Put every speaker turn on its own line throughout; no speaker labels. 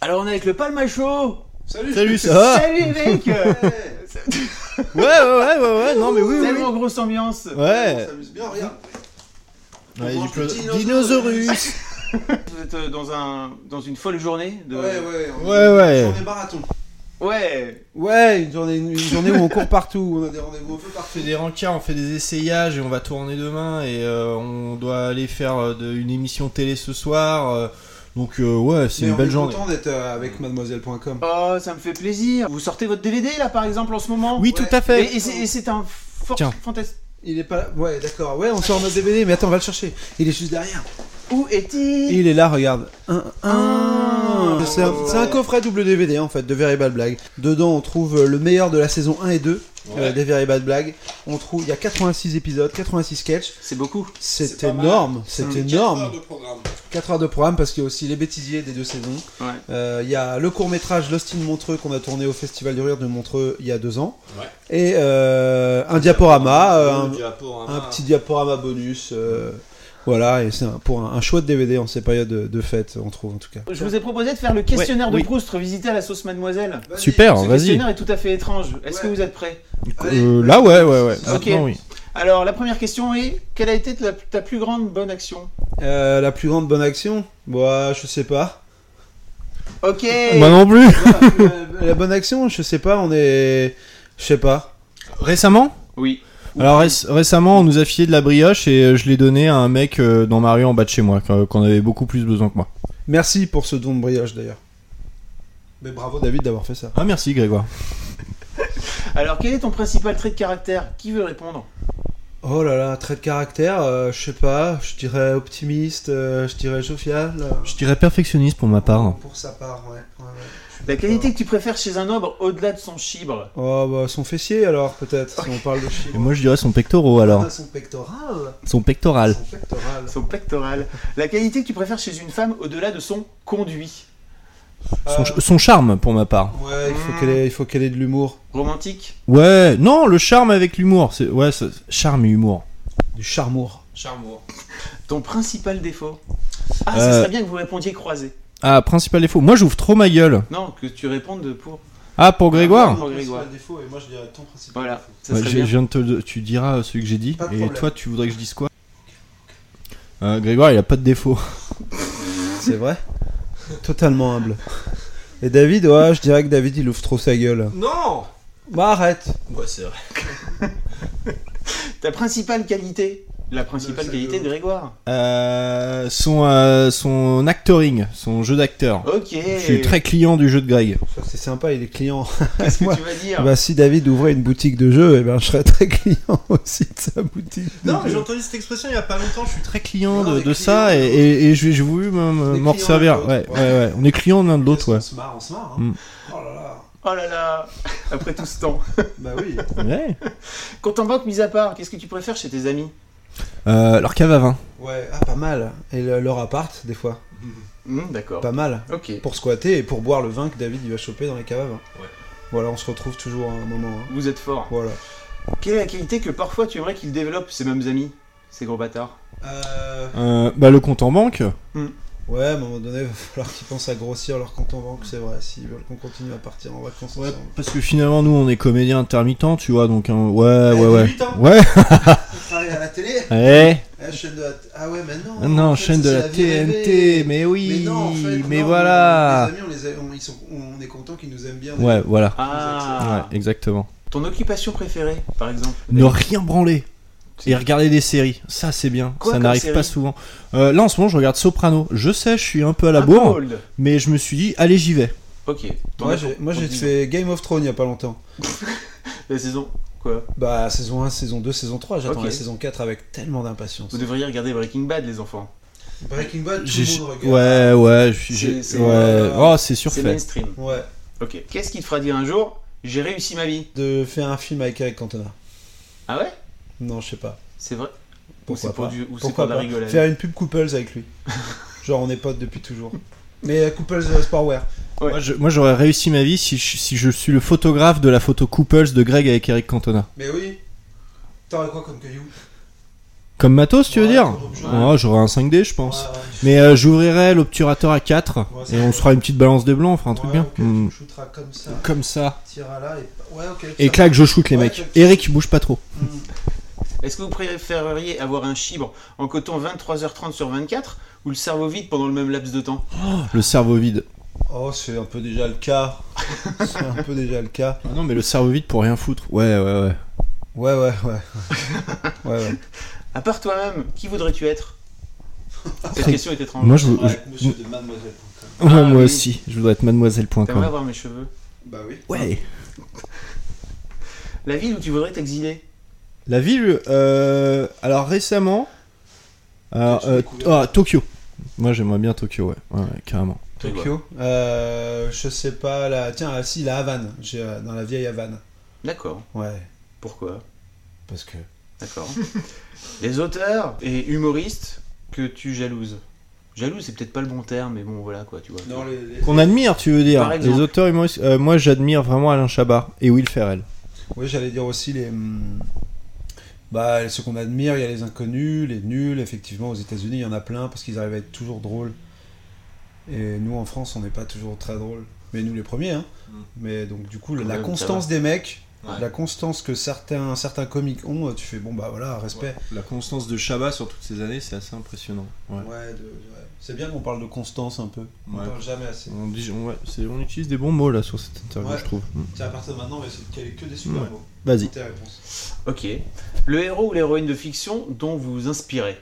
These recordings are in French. Alors on est avec le Palma Show Salut
Salut, ça va
Ah.
Salut les mecs
Ouais, ouais, ouais, ouais, ouais, non, mais oui, oui.
Tellement grosse ambiance
Ouais,
s'amuse bien, regarde.
Ouais,
mange
du
le
plo-
dinosaure.
dinosaurus
Vous êtes euh, dans, un, dans une folle journée de...
Ouais, ouais, on
Ouais, ouais.
Journée marathon.
Ouais.
Ouais, une journée, une journée où on court partout.
On a des rendez-vous un peu
On fait
partout.
des rancards, on fait des essayages et on va tourner demain et euh, on doit aller faire euh, de- une émission télé ce soir. euh, donc euh, ouais, c'est
Mais
une
on
belle
est
journée.
content d'être euh, avec mademoiselle.com.
Oh, ça me fait plaisir Vous sortez votre DVD là par exemple en ce moment
Oui, tout à fait.
Et, et c'est- et c'est un fort
Tiens.
fantastique.
Il est pas là. Ouais, d'accord. Ouais, on sort notre DVD, mais attends, on va le chercher. Il est juste derrière.
Où est-il
Il est là, regarde.
Un, un.
Ah.
C'est un, c'est un coffret double DVD en fait de Very Bad Blague. Dedans, on trouve euh, le meilleur de la saison 1 et 2 euh, des Very Bad Blague. On trouve, il y a 86 épisodes, 86 sketchs.
C'est beaucoup.
C'est
pas mal.
énorme, c'est
Mm.
énorme.
Quatre heures de programme.
4 heures de programme parce qu'il y a aussi les bêtisiers des deux saisons.
Ouais.
Euh, Il y a le court métrage Lost in Montreux qu'on a tourné au Festival du Rire de Montreux il y a deux ans.
Ouais.
Et euh, un diaporama, euh,
Le
un,
diaporama.
un petit diaporama bonus. euh, voilà, et c'est un- pour un, un chouette DVD en ces périodes de, de fête, on trouve en tout cas.
Je vous ai proposé de faire le questionnaire de
oui.
Proust revisité à la sauce mademoiselle.
Super,
Ce questionnaire est tout à fait étrange. Est-ce que
Ouais.
vous êtes prêts
Euh, là, ouais, ouais, ouais.
Ok.
Maintenant, oui.
Alors, la première question est quelle a été ta, ta plus grande bonne action
Euh, la plus grande bonne action Bah, je sais pas.
Ok
Moi non plus.
Euh, la bonne action, je sais pas, on est. Je sais pas.
Récemment
Oui.
Alors réc- récemment, on nous a filé de la brioche et euh, je l'ai donné à un mec euh, dans ma rue en bas de chez moi, qu'on qu'on avait beaucoup plus besoin que moi.
Merci pour ce don de brioche d'ailleurs. Mais bravo David d'avoir fait ça.
Ah merci Grégoire.
Alors, quel est ton principal trait de caractère Qui veut répondre
Oh là là, trait de caractère, euh, je sais pas, je dirais optimiste, euh, je dirais jovial. euh,
Je dirais perfectionniste pour ma part.
Pour sa part, ouais. ouais, ouais, je suis
La
d'accord.
qualité que tu préfères chez un noble au-delà de son chibre
Oh bah son fessier alors, peut-être, si on parle de
Et
chibre.
moi je dirais son pectoraux alors.
Ah, son pectoral
Son pectoral.
Son pectoral.
Son pectoral. La qualité que tu préfères chez une femme au-delà de son conduit
Son,
Euh,
son charme pour ma part.
Ouais, il faut qu'elle ait, il faut qu'elle ait de l'humour.
Romantique
Ouais, non, le charme avec l'humour. c'est- Ouais, ça- charme et humour.
Du charmour.
Charmour.
Ton principal défaut Ah,
Euh.
ça serait bien que vous répondiez croisé.
Ah, principal défaut. Moi j'ouvre trop ma gueule.
Non, que tu répondes pour.
Ah, pour Grégoire
Pour Grégoire.
défaut, et moi je dirais ton principal
Voilà. Ça
Ouais,
serait
je, je
bien.
viens de te, Tu diras euh, celui que j'ai dit.
Pas de
Et
problème.
toi, tu voudrais que je dise quoi Euh, Grégoire, il a pas de défaut.
C'est vrai Totalement humble. Et David, ouais, je dirais que David il ouvre trop sa gueule.
Non
Bah arrête
Ouais, c'est vrai.
Ta principale qualité La principale
sac
qualité de
de-
Grégoire.
Euh, son, euh, son actoring, son jeu d'acteur.
Ok.
Je suis très client du jeu de Greg.
Ça, C'est sympa, il est client.
Qu'est-ce que
Moi-
tu vas dire
Bah, si David ouvrait une boutique de jeux, eh ben, je serais très client aussi de sa boutique. de
Non, mais j'ai
jeux.
entendu cette expression il y a pas longtemps. Je suis très client
Non,
de,
on est
de
client
ça
l'un
et,
de
et, et je- je voulu m'en
est
m'en
client l'un de
servir.
l'autre,
Ouais,
ouais.
ouais, ouais. On est client l'un de l'autre, ouais.
On se marre, on se marre.
Mm.
Oh là là.
Oh là là Après tout ce temps.
Bah oui.
Ouais.
Compte en banque mis à part, qu'est-ce que tu préfères chez tes amis
Euh, leur cave à vin.
Ouais, ah, pas mal. Et le- leur appart, des fois.
Hmm, D'accord.
Pas mal.
Ok.
Pour squatter et pour boire le vin que David lui a chopé dans les caves. hein.
Ouais.
Voilà, on se retrouve toujours à un moment. hein.
Vous êtes fort.
Voilà.
Quelle est la qualité que parfois tu aimerais qu'ils développent, ces mêmes amis Ces gros bâtards
Euh, bah, le compte en banque.
Ouais, à un moment donné, il va falloir qu'ils pensent à grossir leur compte en banque, c'est vrai, s'ils veulent qu'on continue à partir en vacances
Ouais,
ensemble.
parce que finalement, nous, on est comédien intermittent, tu vois, donc hein, ouais, ouais, ouais.
18 ans.
Ouais,
On travaille à la télé
ouais.
à la chaîne de la... Ah ouais, maintenant
Non, chaîne de la, TNT, mais oui, mais, voilà.
Les amis, on, les a- on- ils sont- on est content qu'ils nous aiment bien.
Ouais, voilà.
Ah
Ouais, exactement.
Ton occupation préférée, par exemple
Ne rien branler et regarder des séries, ça c'est bien,
Quoi
ça
comme
n'arrive
série
pas souvent. Euh, là en ce moment, je regarde Soprano. Je sais, je suis un peu à la
Un
bourre,
cold.
mais je me suis dit, allez, j'y vais.
Ok. T'en
Moi,
as
j'ai-
pour-
moi,
pour
j'ai
dix-
fait Game of Thrones il y a pas longtemps.
La saison. Quoi
Bah, saison 1, saison 2, saison 3, j'attends
Ok.
la saison 4 avec tellement d'impatience.
Vous devriez regarder Breaking Bad, les enfants.
Breaking Bad, tout
J'ai-
le monde regarde.
Ouais, ouais, je suis.
C'est-
j'ai-
c'est-
ouais. Oh, c'est
C'est
surfait.
mainstream.
Ouais.
Ok. Qu'est-ce qui te fera dire un jour j'ai réussi ma vie
De faire un film avec Eric Cantona.
Ah ouais
Non, je sais pas.
C'est vrai Ou
Pourquoi
c'est pour,
pas
du- ou c'est pour
Pourquoi
de
pas
la rigolade
Faire une pub Couples avec lui. Genre, on est potes depuis toujours. Mais euh, Couples euh, Sportwear.
Ouais.
Moi, je- moi, j'aurais réussi ma vie si je, si je suis le photographe de la photo Couples de Greg avec Eric Cantona.
Mais oui. T'aurais quoi comme caillou
Comme matos, tu veux
Ouais,
dire
comme objet.
Ouais, J'aurais un 5D, je pense. Mais euh, j'ouvrirai l'obturateur à 4
Ouais, c'est
et on
vrai.
se fera une petite balance des blancs, on fera un truc bien.
Tu
Hmm.
me shooteras comme ça,
Comme ça.
tira là et. Ouais, ok.
Et
ça
clac, je shoot les
Ouais,
mecs.
claque.
Eric, bouge pas trop.
Est-ce que vous préféreriez avoir un chibre en coton 23h30 sur 24 ou le cerveau vide pendant le même laps de temps
Le cerveau vide.
Oh, c'est un peu déjà le cas. c'est un peu déjà le cas.
Ah non, mais le cerveau vide pour rien foutre. Ouais, ouais, ouais.
Ouais, ouais, ouais. ouais, ouais.
À part toi-même, qui voudrais-tu être Cette
Très-
question est étrange.
Moi, je, vou- je-
monsieur de mademoiselle.
Ouais,
Ah,
moi
oui.
aussi, je voudrais être mademoiselle.com.
T'aimerais avoir mes cheveux.
Bah oui.
Ouais.
La ville où tu voudrais t'exiler
La ville, euh, alors récemment, alors,
J'ai
euh,
découvert.
ah, Tokyo. Moi j'aimerais bien Tokyo, ouais, ouais, ouais, carrément.
Tokyo. Euh, je sais pas, la... tiens, ah, si, la Havane. J'ai, euh, dans la vieille Havane.
D'accord.
Ouais,
Pourquoi
parce que.
D'accord. Les auteurs et humoristes que tu jalouses. Jalouse, c'est peut-être pas le bon terme, mais bon, voilà quoi, tu vois.
les.
Qu'on admire, tu veux dire
Par exemple.
Les auteurs humoristes. euh, moi j'admire vraiment Alain Chabat et Will Ferrell.
Oui, j'allais dire aussi les. hum, Bah, ceux qu'on admire, il y a les inconnus, les nuls. Effectivement, aux États-Unis, il y en a plein parce qu'ils arrivent à être toujours drôles. Et nous, en France, on n'est pas toujours très drôles. Mais nous, les premiers, hein.
Mm.
Mais donc, du coup, la,
Quand
la
même, ça
constance des mecs,
Ouais.
la constance que certains, certains comiques ont, tu fais bon, bah voilà, respect.
La constance de Chabat sur toutes ces années, c'est assez impressionnant.
c'est bien qu'on parle de constance un peu.
On Ouais. parle
jamais assez.
On, dit- on- ouais, c'est- on utilise des bons mots là sur cette interview,
Ouais.
je trouve. Mm.
à partir de maintenant, on va essayer de caler que des
super Ouais.
mots.
Vas-y.
Ok. Le héros ou l'héroïne de fiction dont vous vous inspirez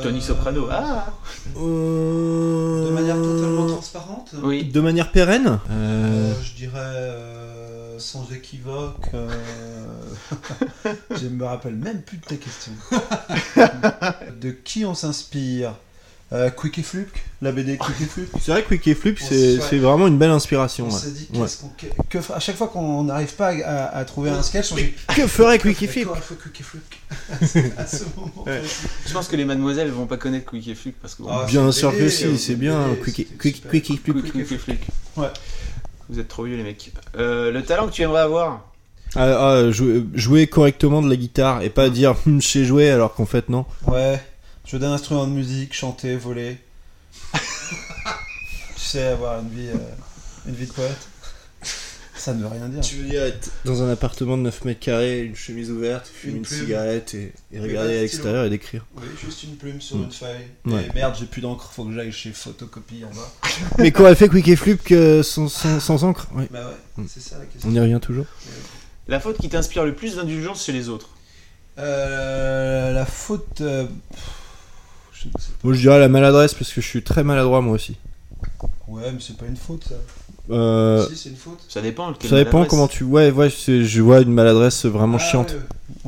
Tony Soprano. Ah
Euh, De manière totalement transparente
Oui.
Euh, De manière pérenne Euh,
Euh, je dirais euh, sans équivoque. euh, je me rappelle même plus de tes questions. de qui on s'inspire Euh, Quick et Fluke La BD Quick et Fluke
C'est vrai que Quick et Flip,
On
c'est
se-
c'est vraiment une belle inspiration.
On
ouais.
s'est dit
Ouais.
qu'est-ce qu'on. que- que f- à chaque fois qu'on n'arrive pas à, à- à trouver un sketch, on dit.
Que ferait
Quoi
Quick et Flip
ferait Quick et Fluke À ce moment
Ouais.
Je pense que les mademoiselles vont pas connaître Quick et Flick parce que.
Ah,
Bien
c'est
sûr
BD,
que si, c'est
euh,
bien.
BD,
Quick et-
c'était
Quick
super.
Quick et Flip.
Quick, Quick et Flick.
Ouais.
Vous êtes trop vieux les mecs. Euh, le talent que tu aimerais avoir
Ah, ah, jouer, jouer correctement de la guitare et pas dire Hum, je sais jouer alors qu'en fait non.
Ouais, jouer d'un instrument de musique, chanter, voler. tu sais, avoir une vie, euh, une vie de poète. Ça ne veut rien dire.
Tu veux dire être dans un appartement de 9 mètres carrés, une chemise ouverte,
Une
fumer une,
plume.
cigarette et, et
Oui,
regarder
bah,
à l'extérieur et décrire.
Oui, juste une plume sur
Mm.
une feuille.
Ouais.
Et merde, j'ai plus d'encre, faut que j'aille chez Photocopie en bas.
Mais qu'aurait fait Quick et Flip que sans, sans, sans encre Ouais.
Bah ouais,
Mm.
c'est ça la question.
On y revient toujours.
La faute qui t'inspire le plus d'indulgence chez les autres
Euh, la faute. euh, pff, je ne sais
Moi je dirais la maladresse parce que je suis très maladroit moi aussi.
pas. Ouais, mais c'est pas une faute ça.
Euh,
Si, c'est une faute.
Ça dépend. quelle
ça dépend
maladresse.
comment tu. Ouais, ouais, c'est- je vois une maladresse vraiment
Ah,
chiante.
euh,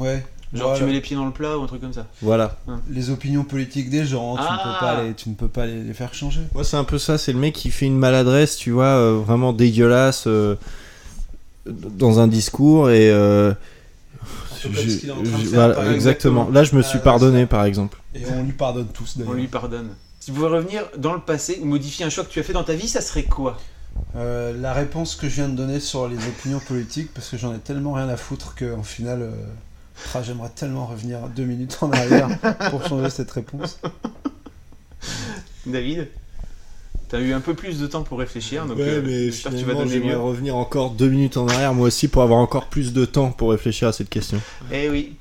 Ouais.
Genre
Voilà.
tu mets les pieds dans le plat ou un truc comme ça.
Voilà.
Les opinions politiques des gens, tu, ne,
Ah.
peux pas les, tu ne peux pas les, les faire changer.
Moi, c'est un peu ça, c'est le mec qui fait une maladresse, tu vois, euh, vraiment dégueulasse euh, dans un discours et. euh,
peu comme
je-
ce qu'il est en train de
je-
faire,
voilà,
par exemple.
exactement. Là, je me suis
Ah,
pardonné,
ça.
par exemple.
Et on lui pardonne tous d'ailleurs.
On lui pardonne. Si vous pouvez revenir dans le passé ou modifier un choix que tu as fait dans ta vie, ça serait quoi
Euh, la réponse que je viens de donner sur les opinions politiques, parce que j'en ai tellement rien à foutre qu'en final, euh, ah, j'aimerais tellement revenir deux minutes en arrière pour changer cette réponse.
David T'as eu un peu plus de temps pour réfléchir, donc euh, j'espère que tu vas donner
j'aimerais
mieux.
revenir encore deux minutes en arrière, moi aussi, pour avoir encore plus de temps pour réfléchir à cette question.
Eh oui.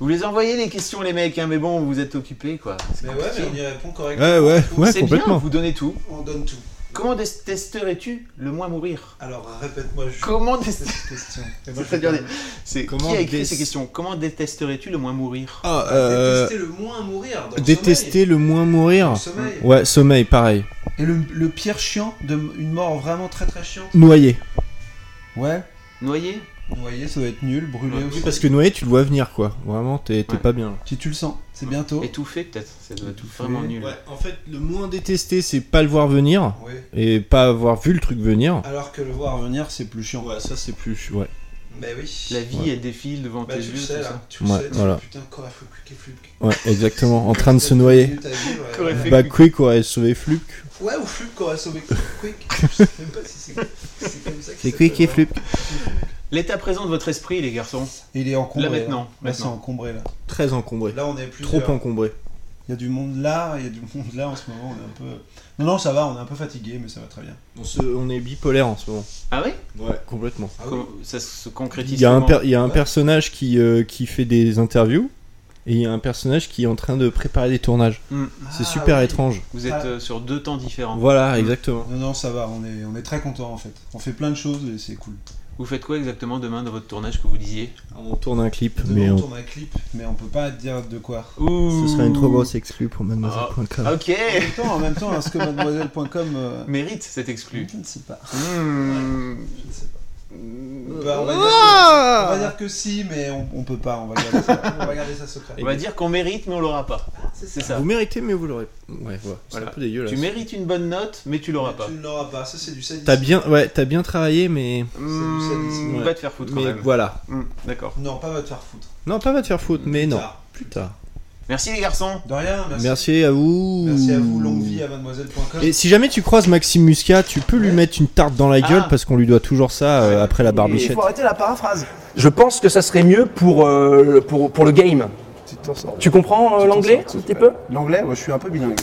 Vous les envoyez les questions les mecs, hein, mais bon, vous êtes occupés quoi. C'est compliqué.
y répond correctement.
Ouais, ouais, ouais,
C'est bien,
complètement.
vous donnez tout.
On donne tout.
Comment détesterais-tu le moins mourir
Alors répète-moi juste
Comment détesterais
question.
C'est
Comment
qui a écrit
dé-
ces questions Comment détesterais-tu le moins mourir
Ah, euh,
le moins mourir.
détester le moins mourir. Ouais, sommeil, pareil.
Et le, le pire chiant, de, une mort vraiment très très chiante.
Noyer.
Ouais.
Noyer
Noyer, ça doit être nul. Brûlé
Ouais.
aussi.
Parce que Noé, tu le vois venir, quoi. Vraiment, t'es t'es
Ouais.
pas bien.
Si tu le sens, c'est
Oh.
bientôt.
Étouffé peut-être, ça doit être
Étouffé.
vraiment nul.
en fait, le moins détesté, c'est pas le voir venir
Ouais.
et pas avoir vu le truc venir.
Alors que le voir venir, Ah, c'est plus chiant.
Ouais, ça c'est plus. Ouais.
Mais Bah oui.
La vie,
Ouais.
elle défile devant
Bah,
tes
tu le
yeux,
sais,
tout
là.
ça.
Tu le
Ouais,
sais. tu-
voilà.
Putain, corps à fluc, fluc, fluc.
Ouais, exactement. En train de se noyer.
Minutes à vivre, ouais.
Corps à fluc.
Bah, Quick aurait sauvé Fluke.
Ouais, ou Flup qui aurait sauvé Quick. Je sais même pas si c'est c'est comme ça que
C'est
ça
Quick et
s'appelle,
Fluke.
L'état présent de votre esprit, les garçons.
hein. Il est encombré.
Là maintenant.
Bah,
Là, c'est
maintenant.
encombré. Là,
Très encombré.
là on est plus. euh,
Trop encombré.
Il y a du monde là, il y a du monde là en ce moment. On est un peu. Non, non, ça va, on est un peu fatigué, mais ça va très bien.
On, se- on est bipolaire en ce moment.
Ah ouais
Ouais, complètement.
Ah
Comment- Ça se concrétise.
Il y a un,
comment
per- il y a un personnage qui, euh, qui fait des interviews et il y a un personnage qui est en train de préparer des tournages.
Hmm.
C'est
Ah,
super
oui. Mm.
étrange.
Vous êtes euh, sur deux temps différents.
Voilà, exactement.
Non, non, ça va, on est, on est très content en fait. On fait plein de choses et c'est cool.
Vous faites quoi exactement demain dans votre tournage que vous disiez
On tourne un clip,
Demain,
mais
on
on-
tourne un clip, mais on peut pas dire de quoi.
Ouh.
ce sera une trop grosse exclue pour mademoiselle.com.
Ah, Ok,
En même temps, en même temps, est-ce que mademoiselle.com. euh,
mérite cette exclue.
Je ne sais pas.
Hmm.
Je ne sais pas.
On
Bah, on, va dire
Ah
que, on
Ah
va dire que si, mais on, on peut pas. On va garder ça, on va garder ça secret.
va dire qu'on mérite, mais on l'aura pas. C'est
ah,
ça.
Vous méritez, mais vous l'aurez. Ouais, voilà. C'est
Voilà.
un peu dégueulasse.
Tu mérites une bonne note, mais tu l'auras
Mais
pas.
Tu ne l'auras pas, ça c'est du sadisme.
T'as bien, ouais, t'as bien travaillé, mais.
Hmm,
sadisme.
Va te faire foutre quand
mais
même.
voilà.
Hmm, D'accord.
Non, pas va te faire foutre.
Non, pas va te faire faute, mais non.
Tard.
Plus tard.
Merci les garçons.
De rien, merci.
Merci. à vous.
Merci à vous, longue vie à mademoiselle.com.
Et si jamais tu croises Maxime Muscat, tu peux lui mettre une tarte dans la gueule
Ah.
parce qu'on lui doit toujours ça euh, après la barbichette.
arrêter la paraphrase. Je pense que ça serait mieux pour, euh, pour, pour le game.
Tu t'en sors.
Tu comprends euh,
t'en
l'anglais
sors,
un
c'est
petit peu
super. L'anglais, moi je suis un peu bilingue.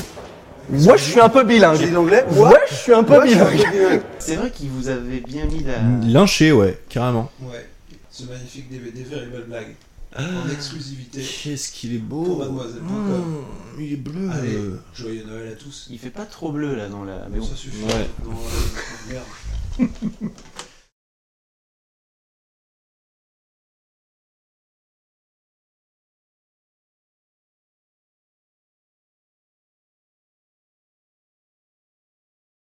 Moi je suis un peu
Je dis
bilingue.
l'anglais
Ouais, je suis un peu
moi, je suis un peu
bilingue.
bilingue.
C'est vrai qu'ils vous avaient bien mis la.
Mm. Lynché, ouais, carrément.
Ouais, ce magnifique DVD, Very Belle Blague.
Ah.
En exclusivité
Qu'est-ce qu'il est
pour
beau.
mademoiselle.com.
il est bleu. euh.
Allez, joyeux Noël à tous.
Il fait pas trop bleu là dans la. Mais bon.
Ça suffit.
Ouais.
Non, euh, merde.